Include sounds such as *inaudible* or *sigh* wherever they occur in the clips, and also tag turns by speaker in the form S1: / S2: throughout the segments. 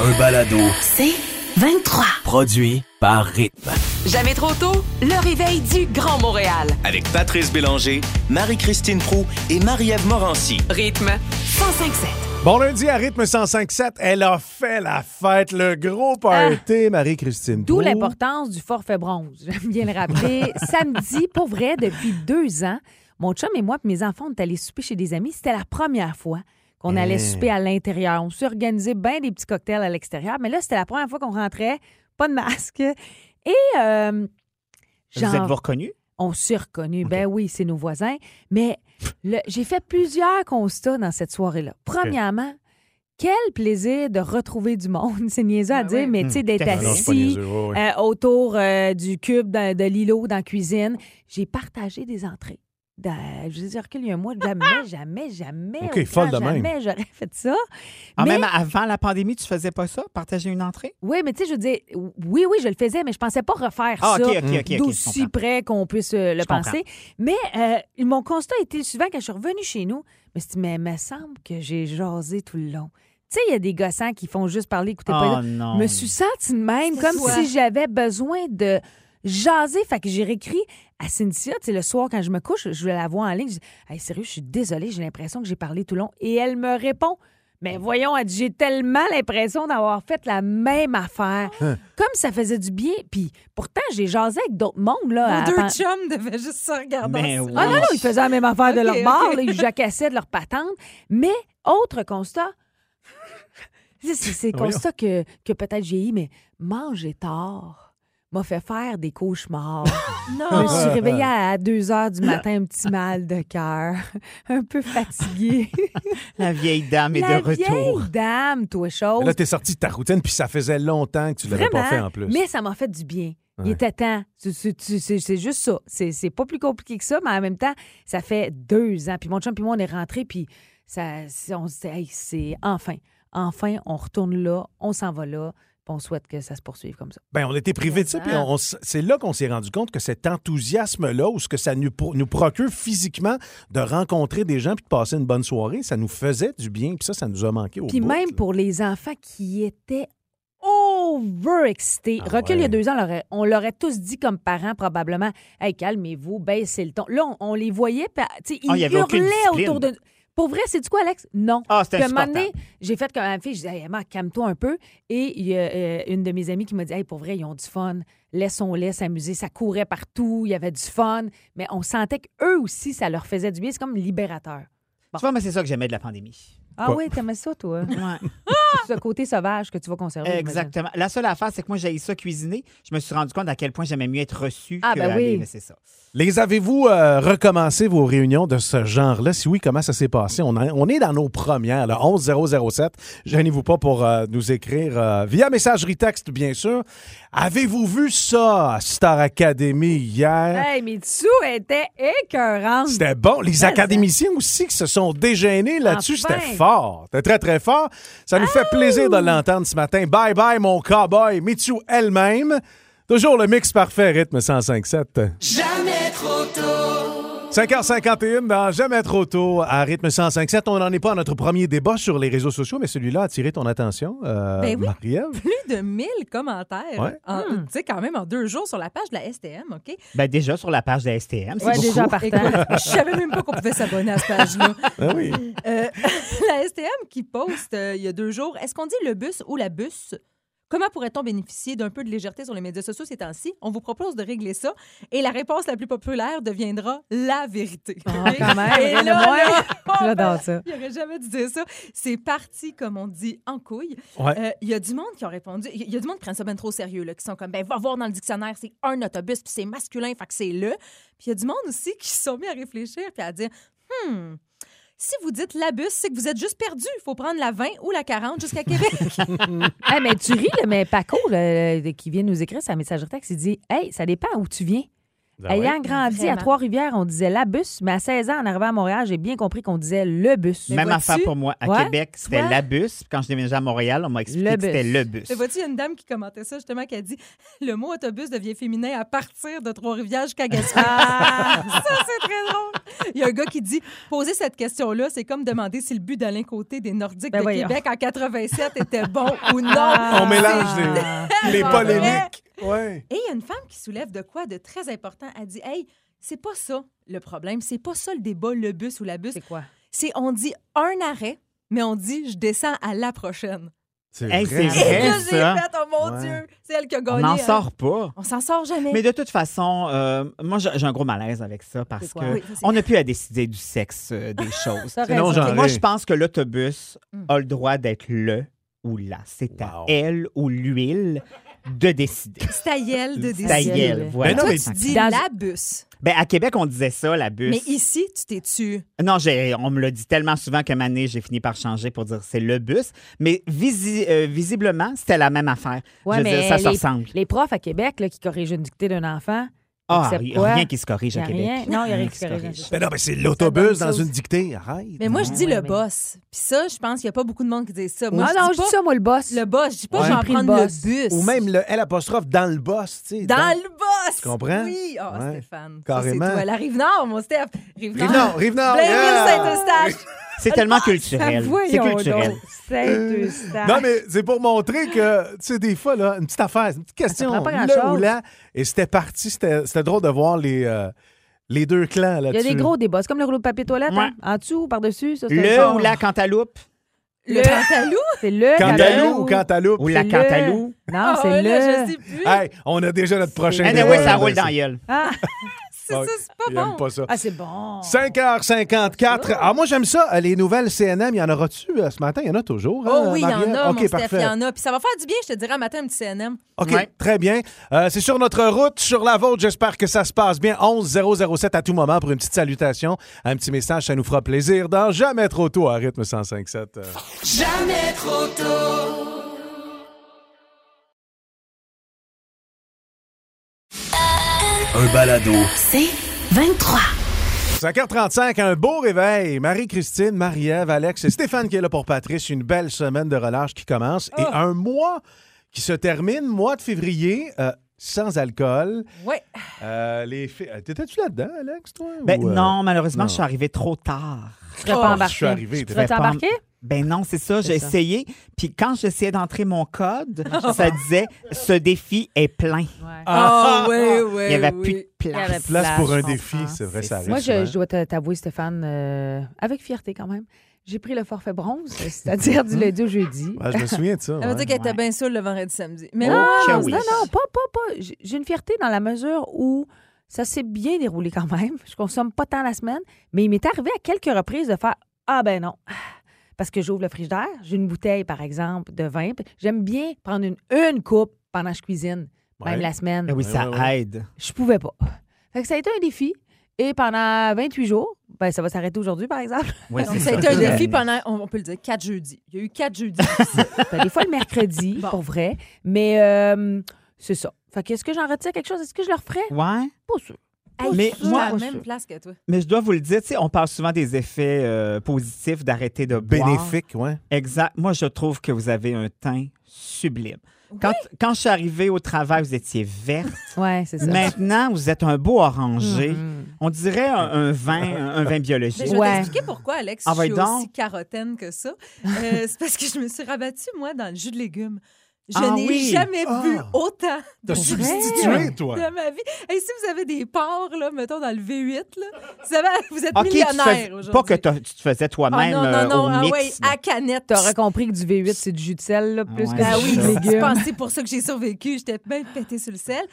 S1: Un balado
S2: C'est 23.
S1: produit par Rythme.
S2: Jamais trop tôt, le réveil du Grand Montréal.
S3: avec Patrice Bélanger, Marie-Christine Prou et Marie-Ève Morancy.
S2: Rythme 105.7.
S4: Bon lundi à rythme 105.7, elle a fait la fête, le gros party, Marie-Christine.
S5: Ah. D'où
S4: Prou.
S5: l'importance du forfait bronze. *laughs* J'aime bien le rappeler. Samedi, pour vrai, depuis deux ans, mon chum et moi, puis mes enfants, on est allés souper chez des amis. C'était la première fois qu'on allait souper à l'intérieur. On s'est organisé bien des petits cocktails à l'extérieur, mais là, c'était la première fois qu'on rentrait, pas de masque. Et euh,
S6: Vous
S5: genre,
S6: êtes-vous reconnu?
S5: on s'est reconnus. Ben oui, c'est nos voisins. Mais le- j'ai fait plusieurs constats dans cette soirée-là. Premièrement, quel plaisir de retrouver du monde. *laughs* C'est niaiseux à
S2: Ben
S5: dire,
S2: oui.
S5: mais tu sais, d'être
S6: Ah non, c'est pas
S5: assis euh, autour euh, du cube de, de l'îlot dans la cuisine. J'ai partagé des entrées. Dans- je veux dire qu'il y a un mois,
S6: *laughs*
S5: jamais, jamais, jamais.
S4: OK,
S5: autant
S4: folle de même.
S5: jamais j'aurais fait ça.
S6: Ah,
S5: Mais-
S6: Même avant la pandémie, tu faisais pas ça? Partager une entrée?
S5: Oui, mais tu sais, je veux dire, oui, oui, je le faisais, mais je pensais pas refaire
S6: Ah,
S5: ça.
S6: OK, OK, OK. ok, je
S5: d'aussi
S6: comprends.
S5: près qu'on puisse euh, le
S6: Je comprends.
S5: penser. Mais euh, mon constat était souvent quand je suis revenue chez nous, mais c'est mais me semble que j'ai jasé tout le long. Tu sais, il y a des gossants qui font juste parler, écoutez
S6: Ah
S5: pas.
S6: non.
S5: Je me suis sentie de même,
S2: C'était
S5: comme
S2: toi.
S5: si j'avais besoin de jaser. Fait que j'ai réécrit à Cynthia, tu sais, le soir quand je me couche, je vais la voir en ligne. Je dis, hey, sérieux, je suis désolée, j'ai l'impression que j'ai parlé tout le long. Et elle me répond, mais voyons, elle dit, j'ai tellement l'impression d'avoir fait la même affaire. Comme ça faisait du bien. Puis pourtant, j'ai jasé avec d'autres mondes. Là, à
S7: Nos deux
S5: pen-
S7: chums devaient juste se regarder. *laughs*
S6: Mais
S7: ensemble.
S5: ah non, non, ils faisaient la même affaire de
S7: Ok,
S5: leur
S7: ok.
S5: bar, là, ils jacassaient de leur patente. Mais autre constat, c'est- c'est c'est
S4: Voyons.
S5: constat que, que peut-être j'ai eu, mais manger tard m'a fait faire des
S7: *laughs*
S5: cauchemars. Je me suis réveillée à 2 heures du matin, un petit mal de cœur, *laughs* un peu fatiguée.
S6: La vieille dame est
S5: La
S6: de retour.
S5: vieille dame, toi,
S4: Mais
S5: chose.
S4: Là, t'es sorti de ta routine, puis ça faisait longtemps que tu l'avais pas
S5: Euh, Vraiment,
S4: fait en plus.
S5: Mais ça m'a fait du bien. Il
S4: Ouais.
S5: était temps. Tu- tu- tu- C'est c'est juste ça. C'est c'est pas plus compliqué que ça, mais en même temps, ça fait deux ans. Puis mon chum puis moi, on est rentrés, puis ça, c'est- on se dit, Hey, c'est enfin. Enfin, on retourne là, on s'en va là, puis on souhaite que ça se poursuive comme ça.
S4: Ben, on était privés de ça,
S5: Ah.
S4: puis on- on s- c'est là qu'on s'est rendu compte que cet enthousiasme-là, ou ce que ça nous, pro- nous procure physiquement de rencontrer des gens puis de passer une bonne soirée, ça nous faisait du bien, puis ça, ça nous a manqué au
S5: Puis
S4: bout,
S5: même
S4: là.
S5: pour les enfants qui étaient overexcités.
S4: Ah
S5: Recul il y
S4: ouais.
S5: a deux ans, on l'aurait- on l'aurait tous dit comme parents probablement, « Hey, calmez-vous, baissez le ton. » Là, on, on les voyait, puis, tu sais, ils
S6: Ah, il y avait aucune
S5: hurlaient
S6: discipline.
S5: autour de... Pour vrai, c'est du quoi, Alex? Non.
S6: Ah, c'était
S5: Puis à un moment
S6: insupportable.
S5: donné, j'ai fait comme ma fille, je disais, hey, Emma, calme-toi un peu. Et il y a euh, une de mes amies qui m'a dit, hey, pour vrai, ils ont du fun. Laissons-les s'amuser. Ça courait partout, il y avait du fun. Mais on sentait qu'eux aussi, ça leur faisait du bien. C'est comme libérateur.
S6: Tu vois, mais c'est ça que j'aimais de
S5: *laughs*
S6: la pandémie.
S5: Ah
S4: Quoi?
S5: oui, t'aimais ça, *laughs* toi?
S6: Ouais.
S5: ce côté sauvage que tu vas conserver.
S6: Exactement. La seule affaire, c'est que moi, j'ai ça cuisiner. Je me suis rendu compte à quel point j'aimais mieux être reçu
S5: Ah,
S6: que
S5: ben oui.
S6: aller, mais c'est ça.
S4: Les avez-vous euh, recommencé vos réunions de ce genre-là? Si oui, comment ça s'est passé? On, en- on est dans nos premières, le 11007. Gênez-vous pas pour euh, nous écrire euh, via messagerie texte, bien sûr. Avez-vous vu ça, à Star Academy, hier?
S5: Hey, mes dessous étaient écœurante.
S4: C'était bon. Les
S5: hein.
S4: académiciens aussi qui se sont dégênés là-dessus,
S5: Enfin.
S4: c'était fort. C'était très, très fort. Ça nous fait plaisir de l'entendre ce matin. Bye bye, mon cowboy. Mitsu elle-même. Toujours le mix parfait, rythme 105.7.
S2: Jamais trop tôt.
S4: 5h51 dans Jamais trop tôt à rythme 105.7. On n'en est pas à notre premier débat sur les réseaux sociaux, mais celui-là a attiré ton attention, euh,
S7: Ben oui.
S4: Marie-Ève.
S7: Plus de 1000 commentaires,
S4: Ouais.
S7: en-
S5: Hmm.
S7: tu sais, quand même en deux jours sur la page de la STM, OK?
S6: Ben déjà, sur la page de la STM, c'est
S5: Ouais,
S6: beaucoup.
S5: déjà partant.
S7: Écoute, je savais même pas qu'on pouvait s'abonner à cette
S5: *laughs*
S7: page-là.
S4: Ben oui.
S7: *laughs* Euh, la STM qui poste euh, il y a deux jours, est-ce qu'on dit le bus ou la bus? Comment pourrait-on bénéficier d'un peu de légèreté sur les médias sociaux ces temps-ci? On vous propose de régler ça et la réponse la plus populaire deviendra la vérité.
S5: Ah, quand même,
S7: *laughs* Et
S5: rien de
S7: là,
S5: moins.
S7: là, on
S5: *laughs* J'adore ça.
S7: Il aurait jamais dû dire ça. C'est parti, comme on dit, en couille.
S4: Ouais.
S7: Euh, Il y a du monde qui a répondu. Il y a du monde qui prend ça bien trop au sérieux, là, qui sont comme, ben, va voir dans le dictionnaire, c'est un autobus, puis c'est masculin, fait que c'est le. Puis il y a du monde aussi qui se sont mis à réfléchir, puis à dire, hmm. Si vous dites la bus, c'est que vous êtes juste perdu. Il faut prendre la 20 ou la 40 jusqu'à Québec.
S5: Hey, mais tu ris, là, mais Paco, là, qui vient nous écrire sa messagerie texte, il dit Hey, ça dépend où tu viens.
S4: Ah ouais?
S5: Ayant grandi à
S7: Vraiment.
S5: Trois-Rivières, on disait la bus, mais à 16 ans, en arrivant à Montréal, j'ai bien compris qu'on disait le bus.
S6: Même
S7: vois-tu?
S6: affaire pour moi. À
S5: Ouais.
S6: Québec, c'était
S7: Toi?
S6: la bus. Quand je déménageais à Montréal, on m'a expliqué
S5: Le
S6: que c'était
S5: bus.
S6: le bus.
S7: Mais vois-tu, il y a une dame qui commentait ça justement qui a dit le mot autobus devient féminin à partir de Trois-Rivières jusqu'à Gaspé. ça, c'est très drôle. Il y a un gars qui dit poser cette question-là, c'est comme demander si le but d'Alain Côté des Nordiques
S5: Ben
S7: de
S5: voyons.
S7: Québec en 87 était bon ou non.
S5: Ah.
S7: *laughs*
S4: On mélange les- les
S7: Ah,
S4: polémiques. Ouais.
S7: Et il y a une femme qui soulève de quoi de très important. Elle dit Hey, c'est pas ça le problème, c'est pas ça le débat, le bus ou la bus.
S5: *laughs* C'est quoi?
S7: C'est on dit un arrêt, mais on dit je descends à la prochaine.
S4: C'est
S6: Hey,
S4: vrai.
S6: c'est vrai.
S7: Et là, j'ai
S6: ça.
S7: fait, oh mon
S4: Ouais.
S7: Dieu, c'est elle qui a
S6: On
S7: gagné.
S6: n'en
S5: hein?
S7: elle.
S6: sort pas.
S7: On s'en sort jamais.
S6: Mais de toute façon, euh, moi, j'ai j'ai un gros malaise avec ça parce
S5: C'est quoi?
S6: que
S7: Ah
S4: euh,
S7: Oui, ça, *laughs* c'est-
S6: on n'a plus à décider du sexe
S5: *laughs*
S6: euh, des choses.
S5: T'as
S4: C'est
S5: raison. Hmm.
S4: non-genré.
S6: Moi, je pense que l'autobus
S7: Mm.
S6: a le droit d'être le ou la. C'est à
S4: Wow.
S6: elle ou l'huile de décider.
S7: C'est à elle de
S6: C'est à
S5: elle.
S7: décider.
S6: elle, voilà.
S4: Ben non,
S7: Toi,
S4: mais-
S7: tu dis
S5: Dans-
S7: la bus.
S6: Ben, à Québec, on disait ça, la bus.
S7: Mais ici, tu t'es tu.
S6: Non, j'ai- on me le dit tellement souvent que année, j'ai fini par changer pour dire c'est le bus. Mais visi- euh, visiblement, c'était la même affaire.
S5: Ouais,
S6: Je veux dire,
S5: mais
S6: ça se
S5: les-
S6: ressemble.
S5: Les profs à Québec là, qui corrigent une dictée d'un enfant,
S6: Ah,
S5: c'est
S6: il n'y
S5: quoi?
S6: a rien qui se corrige
S5: il
S6: à
S5: a
S6: Québec.
S5: rien. Non, il n'y a rien qui se
S6: se
S5: corrige.
S6: corrige.
S4: Ben non, mais c'est
S5: Ça donne
S4: l'autobus
S5: ça
S4: dans
S5: aussi.
S4: une dictée. Arrête.
S7: Mais moi, je dis
S5: ouais,
S7: le
S5: mais-
S7: boss. Puis ça, je pense qu'il n'y a pas beaucoup de monde qui dit ça. Moi,
S5: ah
S7: je
S5: non,
S7: dis
S5: je dis
S7: pas
S5: ça, moi, le boss.
S7: le boss. Je dis pas
S5: Ouais.
S7: je vais en
S5: J'ai pris le
S7: prendre le
S5: boss.
S7: bus.
S4: Ou même le L apostrophe dans le boss, tu sais.
S7: Dans, le boss!
S4: Tu comprends?
S7: Oui! Ah,
S4: Ouais.
S7: Stéphane.
S4: Carrément.
S7: Ça, c'est toi. La Rive-Nord, mon Steph. Rive-Nord.
S4: Rive-Nord, Rive-Nord. yeah!
S7: Blainville-Saint-Eustache.
S6: C'est tellement culturel. C'est culturel.
S4: Non, mais c'est pour montrer que, tu sais, des fois, là, une petite affaire, une petite question,
S5: prend pas
S4: là
S5: grand-chose.
S4: ou là, et c'était parti, c'était c'était drôle de voir les, euh, les deux clans
S5: Il y a
S4: là-dessus.
S5: des gros débats. C'est comme le rouleau de papier toilette,
S6: Ouais.
S5: hein? en dessous ou par-dessus. ça, c'est un
S6: Le ou
S5: genre-
S6: la cantaloupe?
S7: Le pantalou.
S5: C'est le.
S4: Cantalou ou
S5: cantaloupe.
S4: cantaloupe.
S6: Ou la
S5: C'est
S6: cantaloupe?
S5: le. Non,
S7: Ah,
S5: c'est
S7: là, Je
S5: le.
S7: sais plus.
S4: Hey, on a déjà notre prochain
S5: Eh,
S6: Ah
S5: mais
S4: débat.
S6: oui, ça roule dans la gueule.
S5: Ah,
S7: C'est ça, c'est pas
S4: Il aime
S7: bon.
S4: pas ça.
S5: ah, c'est bon.
S4: 5h54. Ah, moi, j'aime ça. euh, Les nouvelles CNM, il y en aura-tu euh, ce matin? Il y en a toujours.
S7: Oh
S4: hein,
S7: oui, il y en
S4: Marielle?
S7: a,
S4: OK,
S7: mon Steph, il
S4: parfait.
S7: y en a. Puis ça va faire du bien, je te dirais, un matin, un petit CNM.
S4: OK,
S6: Ouais.
S4: très bien. Euh, c'est sur notre route, sur la vôtre. J'espère que ça se passe bien. 11007 à tout moment pour une petite salutation, un petit message. Ça nous fera plaisir dans Jamais trop tôt à rythme 1057. Euh,
S2: Jamais trop tôt.
S1: Un balado.
S2: 23.
S4: 5h35, un beau réveil. Marie-Christine, Marie-Ève, Alex et Stéphane qui est là pour Patrice. Une belle semaine de relâche qui commence et un mois qui se termine, mois de février, euh, sans alcool.
S7: Ouais.
S4: Euh, les filles- euh, T'étais-tu là-dedans, Alex, toi?
S6: Ben
S4: ou, euh,
S6: non, malheureusement,
S4: non.
S6: je suis arrivée trop tard.
S5: Je serais pas
S4: je
S5: embarqué.
S4: suis arrivé,
S5: Tu
S4: t'es
S5: serais
S6: pas-
S5: embarqué?
S6: Ben non, c'est ça, j'ai
S5: ça.
S6: essayé. Puis quand j'essayais d'entrer mon code, ça disait « ce défi est plein
S5: Ouais.
S7: Ah, oui, oui.
S6: Il n'y avait
S7: oui.
S6: plus de
S5: Il y avait
S6: place.
S5: plus de
S4: Place pour
S5: Place,
S4: un
S5: je
S4: défi,
S5: comprends.
S4: c'est vrai,
S6: C'est
S4: ça
S6: ça.
S4: arrive.
S5: Moi, je,
S4: souvent.
S5: je dois te- t'avouer, Stéphane, euh, avec fierté quand même, j'ai pris le forfait bronze, c'est-à-dire
S6: *laughs* Hum.
S5: du lundi au jeudi.
S6: Ah,
S4: Ouais, je me souviens de ça.
S7: Elle veut
S4: ouais.
S7: dire qu'elle était
S6: Ouais.
S7: bien sûre le vendredi samedi. Mais
S6: Oh,
S7: non,
S6: que
S5: non,
S6: oui.
S5: non, non, pas, pas, pas. J'ai j'ai une fierté dans la mesure où ça s'est bien déroulé quand même. Je consomme pas tant la semaine, mais il m'est arrivé à quelques reprises de faire Ah ben non. Parce que j'ouvre le frigidaire, j'ai une bouteille, par exemple, de vin. puis J'aime bien prendre une, une coupe pendant que je cuisine, même
S4: Ouais.
S5: la semaine.
S6: Ben oui,
S4: Ouais,
S6: ça
S4: ouais, ouais.
S6: aide.
S5: Je pouvais pas. Fait que ça a été un défi. Et pendant 28 jours, ben ça va s'arrêter aujourd'hui, par exemple.
S6: Ouais,
S7: Donc,
S6: c'est
S7: ça a
S6: ça.
S7: été *laughs* un
S6: Ouais.
S7: défi pendant, on on peut le dire, quatre jeudis. Il y a eu quatre jeudis.
S5: Ben, des fois le mercredi,
S7: Bon.
S5: pour vrai. Mais euh, c'est ça. Fait que est-ce que j'en retire quelque chose? Est-ce que je le referais?
S6: Ouais.
S5: Pas sûr.
S7: *laughs* Hey,
S6: Mais
S7: je suis
S6: moi-
S7: à la même place que toi.
S6: Mais je dois vous le dire, tu sais, on parle souvent des effets euh, positifs d'arrêter de boire.
S4: Bénéfique, ouais.
S6: Exact. Moi, je trouve que vous avez un teint sublime. Quand, quand je suis arrivée au travail, vous étiez verte.
S5: Ouais, c'est ça.
S6: Maintenant, vous êtes un beau orangé.
S5: Mhm.
S6: On dirait un, un vin, un, un vin biologique.
S7: Mais Ben, je vais
S5: Ouais.
S7: t'expliquer pourquoi, Alex,
S6: Ah,
S7: je suis
S6: ben donc.
S7: aussi carotène que ça. Euh, c'est parce que je me suis rabattue, moi, dans le jus de légumes. Je
S6: Ah
S7: n'ai
S6: oui.
S7: jamais
S4: Ah.
S7: bu autant
S4: T'as
S7: Pour
S4: substitué, toi.
S7: de ma vie. Et si vous avez des porcs, là, mettons, dans le V8, là, vous, savez, vous êtes
S6: OK, tu te
S7: millionnaire
S6: fais- pas que
S7: aujourd'hui.
S6: t'as- tu te faisais
S7: Ah
S6: toi-même
S7: non, non,
S6: euh,
S7: non,
S6: au
S7: ah
S6: mix.
S7: ouais, à canette.
S5: T'auras compris que du V8, c'est du jus de sel, là, plus
S6: Ouais,
S5: que
S7: Ben
S5: du
S7: oui,
S5: jus de
S7: c'est
S5: légumes.
S7: pensé pour ça que j'ai survécu. J'étais bien pété sur le sel.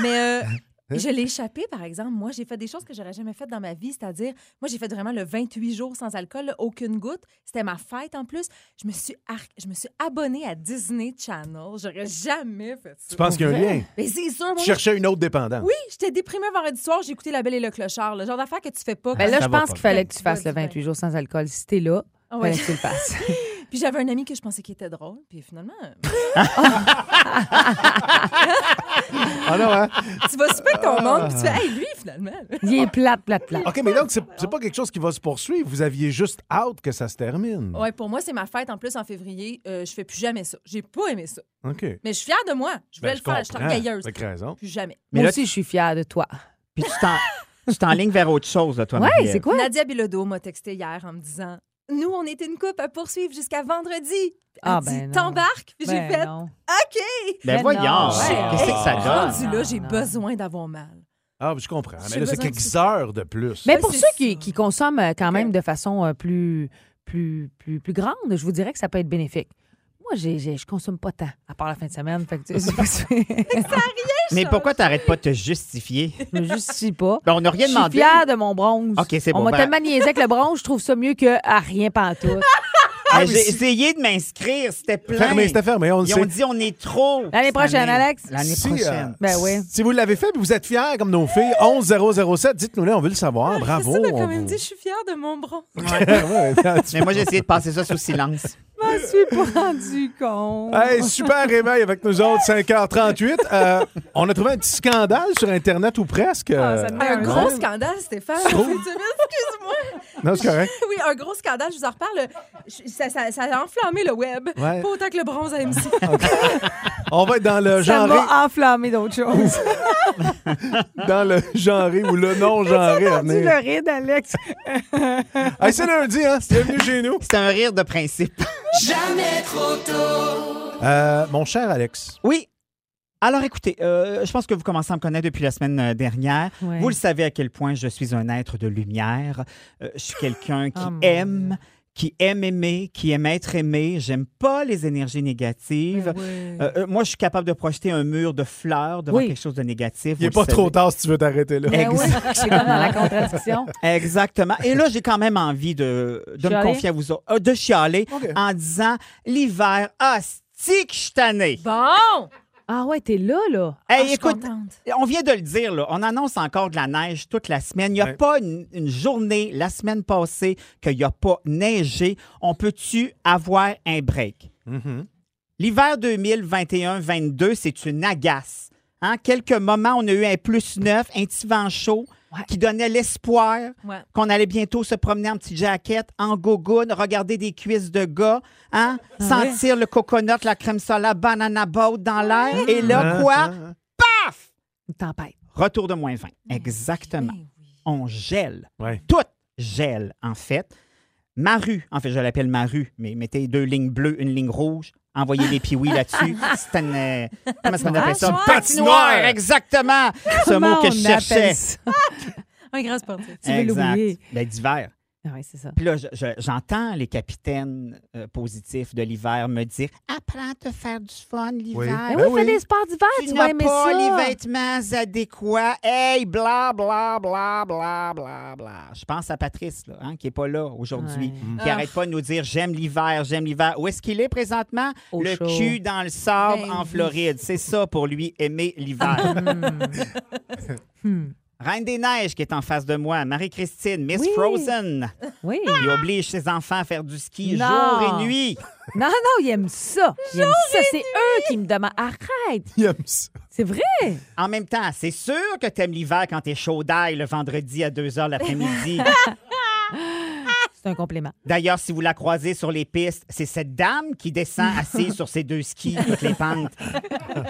S7: Mais euh,
S4: *laughs*
S7: je l'ai échappé, par exemple. Moi, j'ai fait des choses que j'aurais jamais faites dans ma vie, c'est-à-dire, moi, j'ai fait vraiment le 28 jours sans alcool, là, aucune goutte. C'était ma fête en plus. Je me suis, ar- je me suis abonnée à Disney Channel. J'aurais jamais fait ça.
S4: Tu penses qu'il y a un lien?
S7: Mais c'est sûr,
S4: Tu
S7: moi.
S4: cherchais une autre dépendance.
S7: Oui, j'étais déprimée vendredi soir, j'ai écouté La Belle et le Clochard, le genre d'affaire que tu fais pas.
S5: Ben là,
S6: Ça
S5: je
S6: va
S5: pense
S6: pas.
S5: qu'il fallait que tu
S7: Ben,
S5: fasses le
S7: ben.
S5: 28 jours sans alcool. Si t'es là,
S7: Ah
S5: fallait
S7: ouais.
S5: que tu le fasses.
S7: Puis j'avais un ami que je pensais qu'il était drôle, puis finalement.
S4: Ah non,
S7: *laughs*
S4: hein?
S7: tu vas super avec ton monde, puis tu fais, hey, lui, finalement.
S5: Il est plate, plate, plate.
S4: OK, mais donc, c'est c'est pas quelque chose qui va se poursuivre. Vous aviez juste hâte que ça se termine.
S7: Ouais, pour moi, c'est ma fête en plus en février. Euh, je fais plus jamais ça. J'ai pas aimé ça.
S4: OK.
S7: Mais je suis fière de moi. Je voulais
S4: Ben,
S7: le faire. Je suis
S4: comprends.
S7: orgueilleuse.
S4: Avec raison.
S7: Plus jamais.
S6: Mais
S5: Moi
S6: là,
S5: aussi, je suis fière de toi.
S6: Puis tu t'en- tu t'enlignes vers autre chose, là, toi,
S5: Ouais,
S6: Marie-Ève.
S5: c'est quoi?
S7: Nadia Bilodeau m'a texté hier en me disant Nous, on était une coupe à poursuivre jusqu'à vendredi. Elle
S5: Ah,
S7: dit,
S5: ben non.
S7: T'embarques Puis j'ai
S5: Ben
S7: fait
S5: non.
S7: OK.
S6: Ben
S5: Mais
S6: voyons,
S5: non.
S4: Ouais.
S6: qu'est-ce que ça
S5: Ah,
S6: donne?
S7: Rendu
S5: non,
S7: là, j'ai
S5: non.
S7: besoin d'avoir mal.
S4: Ah, je comprends. Mais
S7: J'ai
S4: là, c'est
S7: besoin de
S4: quelques
S7: ça.
S4: heures de plus.
S5: Mais
S7: Ouais,
S5: pour
S7: c'est
S5: ceux qui,
S7: ça.
S5: qui consomment euh, quand même de façon euh, plus, plus, plus, plus grande, je vous dirais que ça peut être bénéfique. Moi, j'ai, j'ai- je consomme pas tant, à part la fin de semaine. Fait que, tu sais, *laughs* je
S6: Mais pourquoi t'arrêtes pas de te justifier?
S5: me justifie pas.
S6: Ben, on n'a rien
S5: Je suis
S6: demandé.
S5: fière de mon bronze.
S6: OK, c'est
S5: On
S6: bon,
S5: m'a
S6: ben-
S5: tellement niaisé avec le bronze, je trouve ça mieux que à rien pantoute.
S6: Mais Ben, J'ai essayé de m'inscrire, c'était plein.
S4: Fermé, c'était fermé, on le
S6: Ils ont
S4: sait.
S6: dit on est trop.
S5: L'année
S6: cette
S5: prochaine,
S6: année.
S5: Alex.
S6: L'année
S4: Si,
S6: prochaine.
S4: euh,
S5: Ben oui.
S4: Si vous l'avez fait et vous êtes fiers comme nos filles, 11007, dites-nous là, on veut le savoir. Bravo.
S7: C'est ça,
S4: Ah on
S7: quand même
S4: vous-
S7: dit Je suis fière de mon bronze.
S4: Ouais, ouais, tu-
S6: Mais moi, j'ai essayé de passer ça sous silence.
S5: *laughs* Je me suis pas rendu
S6: Euh,
S5: compte.
S4: Hey, super réveil avec nous autres, 5h38. Euh, on a trouvé un petit scandale sur Internet ou presque. Euh,
S5: ça me met
S7: Un
S5: Ouais.
S7: gros scandale, Stéphane.
S4: trouves?
S7: Excuse-moi. *laughs*
S4: Non, c'est correct.
S7: Oui, un gros scandale, je vous en reparle. Je- Ça, ça- ça a enflammé le web.
S4: Ouais.
S7: Pas autant que le bronze à Ah, MC.
S4: On va être dans le
S5: Ça
S4: genre,
S5: m'a enflammé
S6: *laughs*
S5: d'autres choses.
S4: dans le genré
S5: *laughs*
S4: ou le non-genré à
S5: Tu
S4: venir.
S5: le ride,
S6: *laughs*
S5: Alex.
S4: Hey, c'est lundi, hein? C'est bienvenue chez nous.
S6: C'est un rire de principe.
S2: Jamais trop tôt.
S4: Euh, mon cher Alex,
S6: Oui. Alors écoutez, euh, je pense que vous commencez à me connaître depuis la semaine euh, dernière.
S5: Ouais.
S6: Vous le savez à quel point je suis un être de lumière. Euh, je suis quelqu'un qui
S5: Ah, mon
S6: aime, qui aime aimer, qui aime être aimé. J'aime pas les énergies négatives. Euh, euh, moi, je suis capable de projeter un mur de fleurs devant
S5: Oui.
S6: quelque chose de
S4: il
S6: négatif. vous
S4: est
S6: le
S4: pas
S6: savez.
S4: trop tard si tu veux t'arrêter là.
S5: Ben ouais, *laughs* c'est comme dans la contradiction.
S6: Exactement. Et là, j'ai quand même envie de, de me
S5: Chialer?
S6: confier à vous autres, euh, de chialer
S4: OK.
S6: en disant l'hiver, ah, stick, je suis tannée.
S7: Bon!
S5: Ah ouais, t'es là, là.
S6: Hey,
S7: Ah, je suis
S6: écoute,
S7: contente.
S6: on vient de le dire, là, on annonce encore de la neige toute la semaine. Il n'y a
S4: Ouais.
S6: pas une, une journée la semaine passée qu'il n'y a pas neigé. On peut-tu avoir un break?
S4: Mhm.
S6: L'hiver 2021-22, c'est une agace. Hein? Quelques moments, on a eu un plus neuf, un petit vent chaud qui donnait l'espoir
S7: Ouais.
S6: qu'on allait bientôt se promener en petite jaquette, en gogoune, regarder des cuisses de gars, hein?
S7: Ah
S6: sentir le coconut, la crème solaire, banana boat dans l'air. Et là,
S4: Hein,
S6: quoi?
S4: hein, hein.
S5: Une tempête.
S6: Retour de moins 20.
S5: Eh
S6: Exactement. On gèle.
S4: Ouais.
S6: Tout gèle, en fait. Ma rue, en fait, je l'appelle ma rue, mais mettez deux lignes bleues, une ligne rouge. Envoyez
S5: *laughs*
S6: des piouis là-dessus. C'est une. euh, comment est-ce
S5: Ah,
S6: qu'on appelle ça?
S7: Patinoire.
S6: Patinoire! Exactement! Ce
S5: Comment
S6: mot que
S5: on
S6: je
S5: appelle
S6: cherchais.
S5: ça? *laughs*
S7: Un grand sportif.
S5: Tu veux
S6: Exact.
S5: l'oublier.
S6: Ben, d'hiver.
S5: Ah ouais, c'est ça.
S6: Puis là, je- je- j'entends les capitaines euh, positifs de l'hiver me dire Apprends à te faire du fun l'hiver.
S5: Mais
S4: Ben
S5: oui,
S4: oui.
S5: fais des sports d'hiver, tu,
S6: Ah Tu
S5: vas
S6: n'as
S5: aimer
S6: pas
S5: ça.
S6: les vêtements adéquats. Hey, bla, bla, bla, bla, bla, bla. Je pense à Patrice, là, hein, qui n'est pas là aujourd'hui,
S5: Ouais. Ah.
S6: qui n'arrête pas de nous dire j'aime l'hiver, j'aime l'hiver. Où est-ce qu'il est présentement?
S5: Au
S6: le
S5: chaud.
S6: cul dans le sable
S7: Ben
S6: en
S7: oui.
S6: Floride. C'est ça pour lui, aimer
S5: *laughs*
S6: l'hiver.
S5: Hmm.
S6: *laughs* Reine des Neiges qui est en face de moi, Marie-Christine, Miss
S5: Oui.
S6: Frozen,
S5: Oui.
S6: qui oblige ses enfants à faire du ski
S5: Non.
S6: jour et nuit.
S5: Non, non, ils aiment ça. Ils aiment ça. C'est eux qui me demandent. Arrête.
S4: Il aime ça.
S5: C'est vrai.
S6: En même temps, c'est sûr que t'aimes l'hiver quand t'es chaud d'ail le vendredi à 2
S5: *laughs*
S6: h l'après-midi.
S5: C'est un compliment.
S6: D'ailleurs, si vous la croisez sur les pistes, c'est cette dame qui descend assise sur ses deux skis toutes les pentes.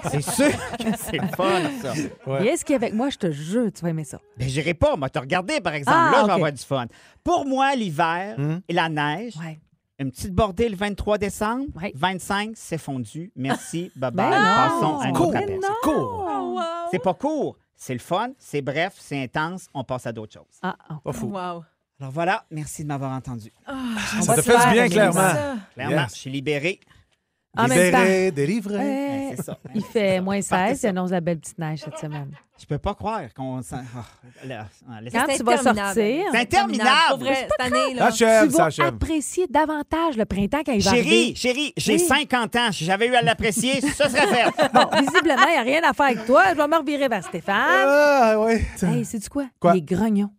S6: C'est sûr que c'est le fun, ça.
S4: Ouais.
S5: Et est-ce qu'avec moi, je te jure, tu vas aimer ça?
S6: Mais j'irai pas, moi, te regarder, par exemple.
S5: Ah,
S6: Là, je
S5: OK.
S6: vais avoir du fun. Pour moi, l'hiver
S4: Hmm?
S6: et la neige,
S5: Ouais.
S6: une petite bordée le 23 décembre,
S5: Ouais.
S6: 25, c'est fondu.
S5: *laughs*
S6: Merci, bye-bye.
S5: Ben non, Ah,
S6: Passons à
S5: c'est
S6: un
S4: Court.
S6: autre appel.
S4: C'est court.
S7: Oh, wow.
S6: C'est pas court, c'est le fun, c'est bref, c'est intense, on passe à d'autres choses.
S5: Ah, ah.
S4: Pas fou.
S7: Wow.
S6: Alors voilà, merci de m'avoir entendu.
S4: Ça te
S5: va
S4: fait du
S5: faire
S4: bien,
S5: aimer
S4: clairement.
S7: Ça.
S6: Clairement,
S4: Yes.
S6: je suis libéré.
S5: En même temps.
S4: Libéré, délivré.
S5: euh,
S6: ben, c'est ça.
S5: Il fait moins
S6: Partez
S5: 16, il
S6: ça.
S5: annonce la belle petite neige cette semaine.
S6: Je peux pas croire qu'on s'en- Ah, là, ah, laisse-
S5: Quand
S7: C'est
S5: tu vas
S7: interminable.
S5: sortir-
S6: C'est Ah, interminable.
S7: Pour vrai, cette année, là.
S5: Tu
S4: Achève, ça
S5: vas
S4: achève.
S5: apprécier davantage le printemps quand il va
S6: Chérie,
S5: arriver.
S6: chérie, j'ai
S5: Oui.
S6: 50 ans. Si j'avais eu à l'apprécier, ça serait fait.
S5: *laughs* Bon, visiblement, il n'y a rien à faire avec toi. Je vais me revirer vers Stéphane.
S6: Euh.
S4: Ah, ouais.
S5: Hey, sais-tu quoi?
S4: Quoi?
S5: Les grognons.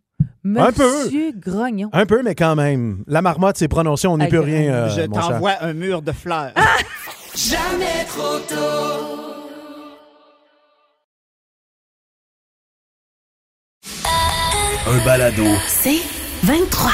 S4: Un peu.
S5: Monsieur Grognon.
S4: Un peu, mais quand même. La marmotte s'est prononcée, on n'est
S5: Hey,
S4: plus
S5: grand-
S4: rien. euh,
S6: Je
S4: mon cher.
S6: t'envoie un mur de fleurs.
S5: Ah,
S2: jamais trop tôt,
S1: un balado,
S8: C'est 23.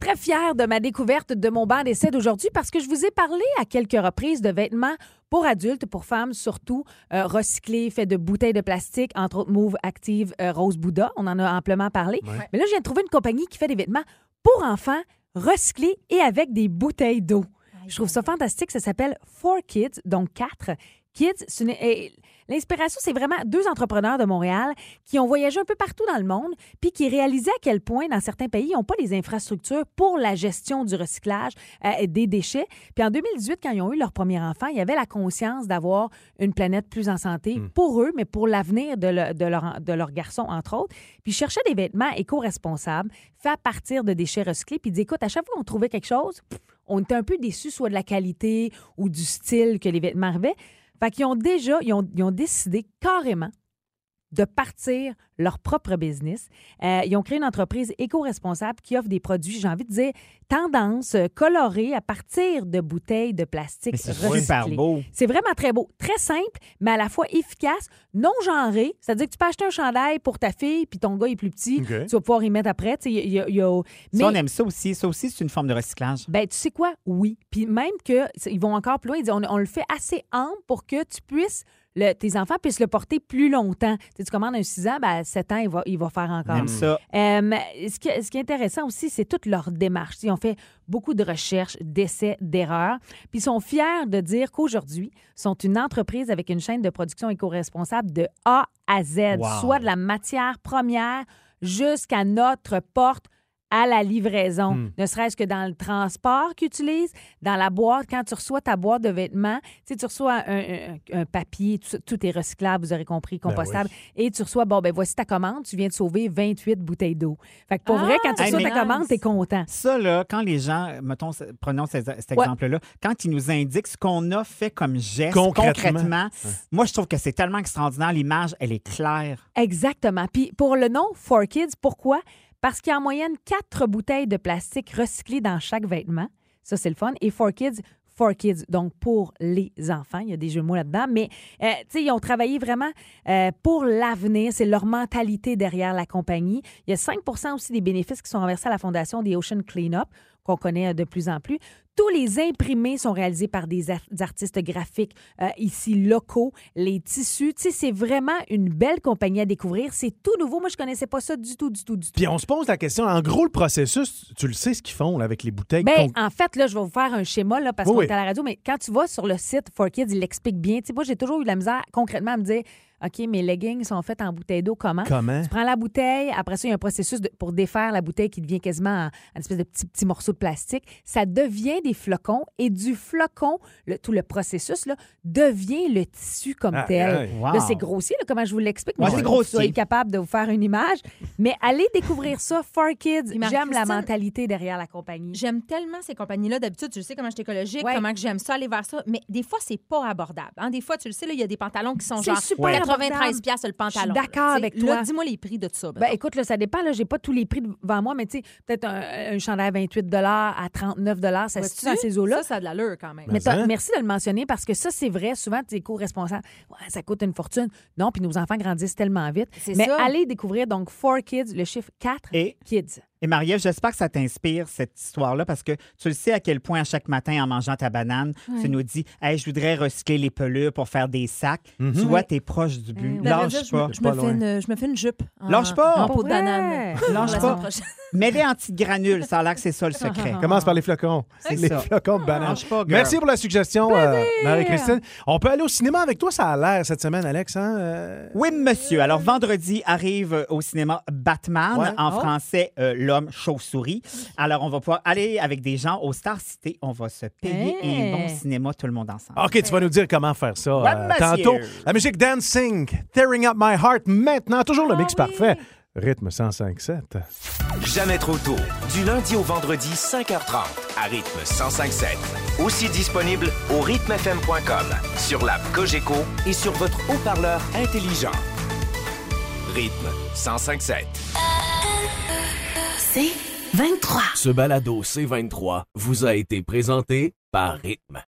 S5: Très fière de ma découverte de mon banc d'essai d'aujourd'hui parce que je vous ai parlé à quelques reprises de vêtements pour adultes, pour femmes surtout, euh, recyclés, faits de bouteilles de plastique, entre autres Move Active euh, Rose Bouddha. On en a amplement parlé. Mais là, je viens de trouver une compagnie qui fait des vêtements pour enfants recyclés et avec des bouteilles d'eau. Je trouve ça fantastique. Ça s'appelle Four Kids, donc quatre. Kids, c'est une- et l'inspiration, c'est vraiment deux entrepreneurs de Montréal qui ont voyagé un peu partout dans le monde, puis qui réalisaient à quel point, dans certains pays, ils n'ont pas les infrastructures pour la gestion du recyclage euh, et des déchets. Puis en 2018, quand ils ont eu leur premier enfant, il y avait la conscience d'avoir une planète plus en santé pour eux, mais pour l'avenir de, le- de leur, de leur garçon, entre autres. Puis ils cherchaient des vêtements éco-responsables, faits à partir de déchets recyclés. Puis ils disaient, écoute, à chaque fois qu'on trouvait quelque chose, pff, on était un peu déçus soit de la qualité ou du style que les vêtements arrivaient. Fait qu'ils ont déjà, ils ont, ils ont décidé carrément de partir leur propre business. Euh, ils ont créé une entreprise éco-responsable qui offre des produits, j'ai envie de dire, tendance, euh, colorés à partir de bouteilles de plastique
S6: Mais c'est
S5: recyclées.
S6: super beau.
S5: C'est vraiment très beau, très simple, mais à la fois efficace, non genré. C'est-à-dire que tu peux acheter un chandail pour ta fille, puis ton gars est plus petit,
S4: OK.
S5: tu vas pouvoir y mettre après. Tu sais, il y a- il y a-
S6: Ça,
S5: mais-
S6: on aime ça aussi. Ça aussi, c'est une forme de recyclage.
S5: ben, tu sais quoi? Oui. Puis même que c'est- ils vont encore plus loin, ils disent, on, on le fait assez ample pour que tu puisses le- tes enfants puissent le porter plus longtemps. Tu, sais, tu commandes un 6 ans, ben, à 7 ans, il va, il va faire
S6: On
S5: encore.
S6: aime ça.
S5: Euh, ce, qui, ce qui est intéressant aussi, c'est toute leur démarche. Ils ont fait beaucoup de recherches, d'essais, d'erreurs. Puis ils sont fiers de dire qu'aujourd'hui, ils sont une entreprise avec une chaîne de production éco-responsable de A à Z,
S6: Wow.
S5: soit de la matière première jusqu'à notre porte à la livraison, ne serait-ce que dans le transport qu'ils utilisent, dans la boîte, quand tu reçois ta boîte de vêtements, tu sais, tu reçois un, un- un papier, tout, ça- tout est recyclable, vous aurez compris,
S4: Ben
S5: compostable, et tu reçois, bon, ben voici ta commande, tu viens de sauver 28 bouteilles d'eau. Fait que pour vrai, quand tu
S6: Ah,
S5: reçois ta
S6: nice.
S5: commande, t'es content.
S6: Ça, là, quand les gens, mettons, c- prenons ces- cet exemple-là, quand ils nous indiquent ce qu'on a fait comme geste
S4: Concrètement.
S6: concrètement, moi, je trouve que c'est tellement extraordinaire. L'image, elle est claire.
S5: Exactement. Puis pour le nom Four Kids, pourquoi? Parce qu'il y a en moyenne quatre bouteilles de plastique recyclées dans chaque vêtement. Ça, c'est le fun. Et Four Kids, Four Kids, donc pour les enfants. Il y a des jeux de mots là-dedans. Mais, euh, tu sais, ils ont travaillé vraiment euh, pour l'avenir. C'est leur mentalité derrière la compagnie. Il y a 5 aussi des bénéfices qui sont renversés à la fondation des Ocean Cleanup, qu'on connaît euh, de plus en plus. Tous les imprimés sont réalisés par des, ar- des artistes graphiques euh, ici locaux. Les tissus, tu sais, c'est vraiment une belle compagnie à découvrir. C'est tout nouveau. Moi, je connaissais pas ça du tout, du tout, du tout.
S4: Puis on se pose la question, en gros, le processus, tu le sais ce qu'ils font là, avec les bouteilles.
S5: Ben,
S4: qu'on-
S5: en fait, là, je vais vous faire un schéma là, parce
S4: Oui,
S5: qu'on
S4: oui.
S5: est à la radio, mais quand tu vas sur le site For Kids, il l'explique bien. Tu sais, moi, j'ai toujours eu de la misère concrètement à me dire OK, mes leggings sont faits en bouteille d'eau, comment?
S4: Comment?
S5: Tu prends la bouteille, après ça, il y a un processus de- pour défaire la bouteille qui devient quasiment un espèce de petit, petit morceau de plastique. Ça devient des flocons et du flocon, le- tout le processus là, devient le tissu comme
S4: Ah,
S5: tel.
S4: ah,
S6: Wow.
S5: Là, c'est grossier, là, comment je vous l'explique. mais
S6: Ouais,
S5: je
S6: c'est
S5: veux que vous
S6: grossier.
S5: soyez capable de vous faire une image. Mais allez découvrir ça, For Kids.
S7: Puis Marie-Christine-
S5: J'aime la mentalité derrière la compagnie.
S7: J'aime tellement ces compagnies-là. D'habitude, tu le sais comment je suis écologique,
S5: Ouais.
S7: comment que j'aime ça, aller vers ça. Mais des fois, c'est pas abordable. hein. Des fois, tu le sais, là, il y a des pantalons qui sont
S5: C'est
S7: genre
S5: super
S7: 93
S5: abordable.
S7: piastres le pantalon.
S5: Je suis d'accord
S7: là, tu sais.
S5: avec
S7: Là,
S5: toi.
S7: dis-moi les prix de tout ça.
S5: Ben,
S7: mettons.
S5: écoute, là, ça dépend. Là, j'ai pas tous les prix devant moi, mais tu sais, peut-être un, un chandail à 28 à 39 ça se situe
S7: Vois-tu?
S5: dans ces eaux-là.
S7: Ça, ça a de l'allure quand même.
S5: Mais t'as-
S4: hein?
S5: merci de le mentionner parce que ça, c'est vrai. Souvent, tu es co-responsable. Ouais, ça coûte une fortune. Non, puis nos enfants grandissent tellement vite.
S7: C'est
S5: Mais
S7: ça.
S5: allez découvrir donc 4 Kids, le chiffre 4
S6: Et
S5: Kids.
S6: Et Marie-Ève, j'espère que ça t'inspire, cette histoire-là, parce que tu le sais à quel point, à chaque matin, en mangeant ta banane, tu nous dis Hey, je voudrais recycler les pelures pour faire des sacs. Tu vois, t'es proche du but.
S7: Ben, à vrai
S6: Lâche
S7: dire,
S6: pas.
S7: Je me, je me fais une, je me fais une jupe. en-
S6: Lâche pas.
S7: En
S6: Pour
S7: peau de
S5: vrai.
S7: banane.
S5: *laughs*
S6: Lâche pas.
S7: La semaine
S6: *laughs*
S7: prochaine. Ah,
S6: Mets-les en petites granules. Ça a l'air que c'est ça le secret.
S4: Commence par les flocons.
S6: C'est
S4: les
S6: ça.
S4: flocons de banane.
S6: Mange pas, girl.
S4: Merci pour la suggestion, euh, Marie-Christine. On peut aller au cinéma avec toi, ça a l'air cette semaine, Alex. Hein? euh?
S6: Oui, monsieur. Alors, vendredi arrive euh, au cinéma Batman,
S4: Ouais.
S6: en français, euh, l'homme chauve-souris. Alors, on va pouvoir aller avec des gens au Star City. On va se payer
S7: Eh.
S5: Hey.
S6: un bon cinéma, tout le monde ensemble.
S4: OK, tu vas nous dire comment faire ça
S6: Ouais,
S4: euh,
S6: monsieur.
S4: tantôt. La musique Dancing, Tearing Up My Heart, maintenant. Toujours
S6: Ah
S4: le mix parfait. Rythme 105.7.
S3: Jamais trop tôt. Du lundi au vendredi, 5h30, à Rythme 105.7. Aussi disponible au rythmefm.com, sur l'app Cogeco et sur votre haut-parleur intelligent. Rythme 105.7.
S8: C'est 23.
S9: Ce balado C23 vous a été présenté par Rythme.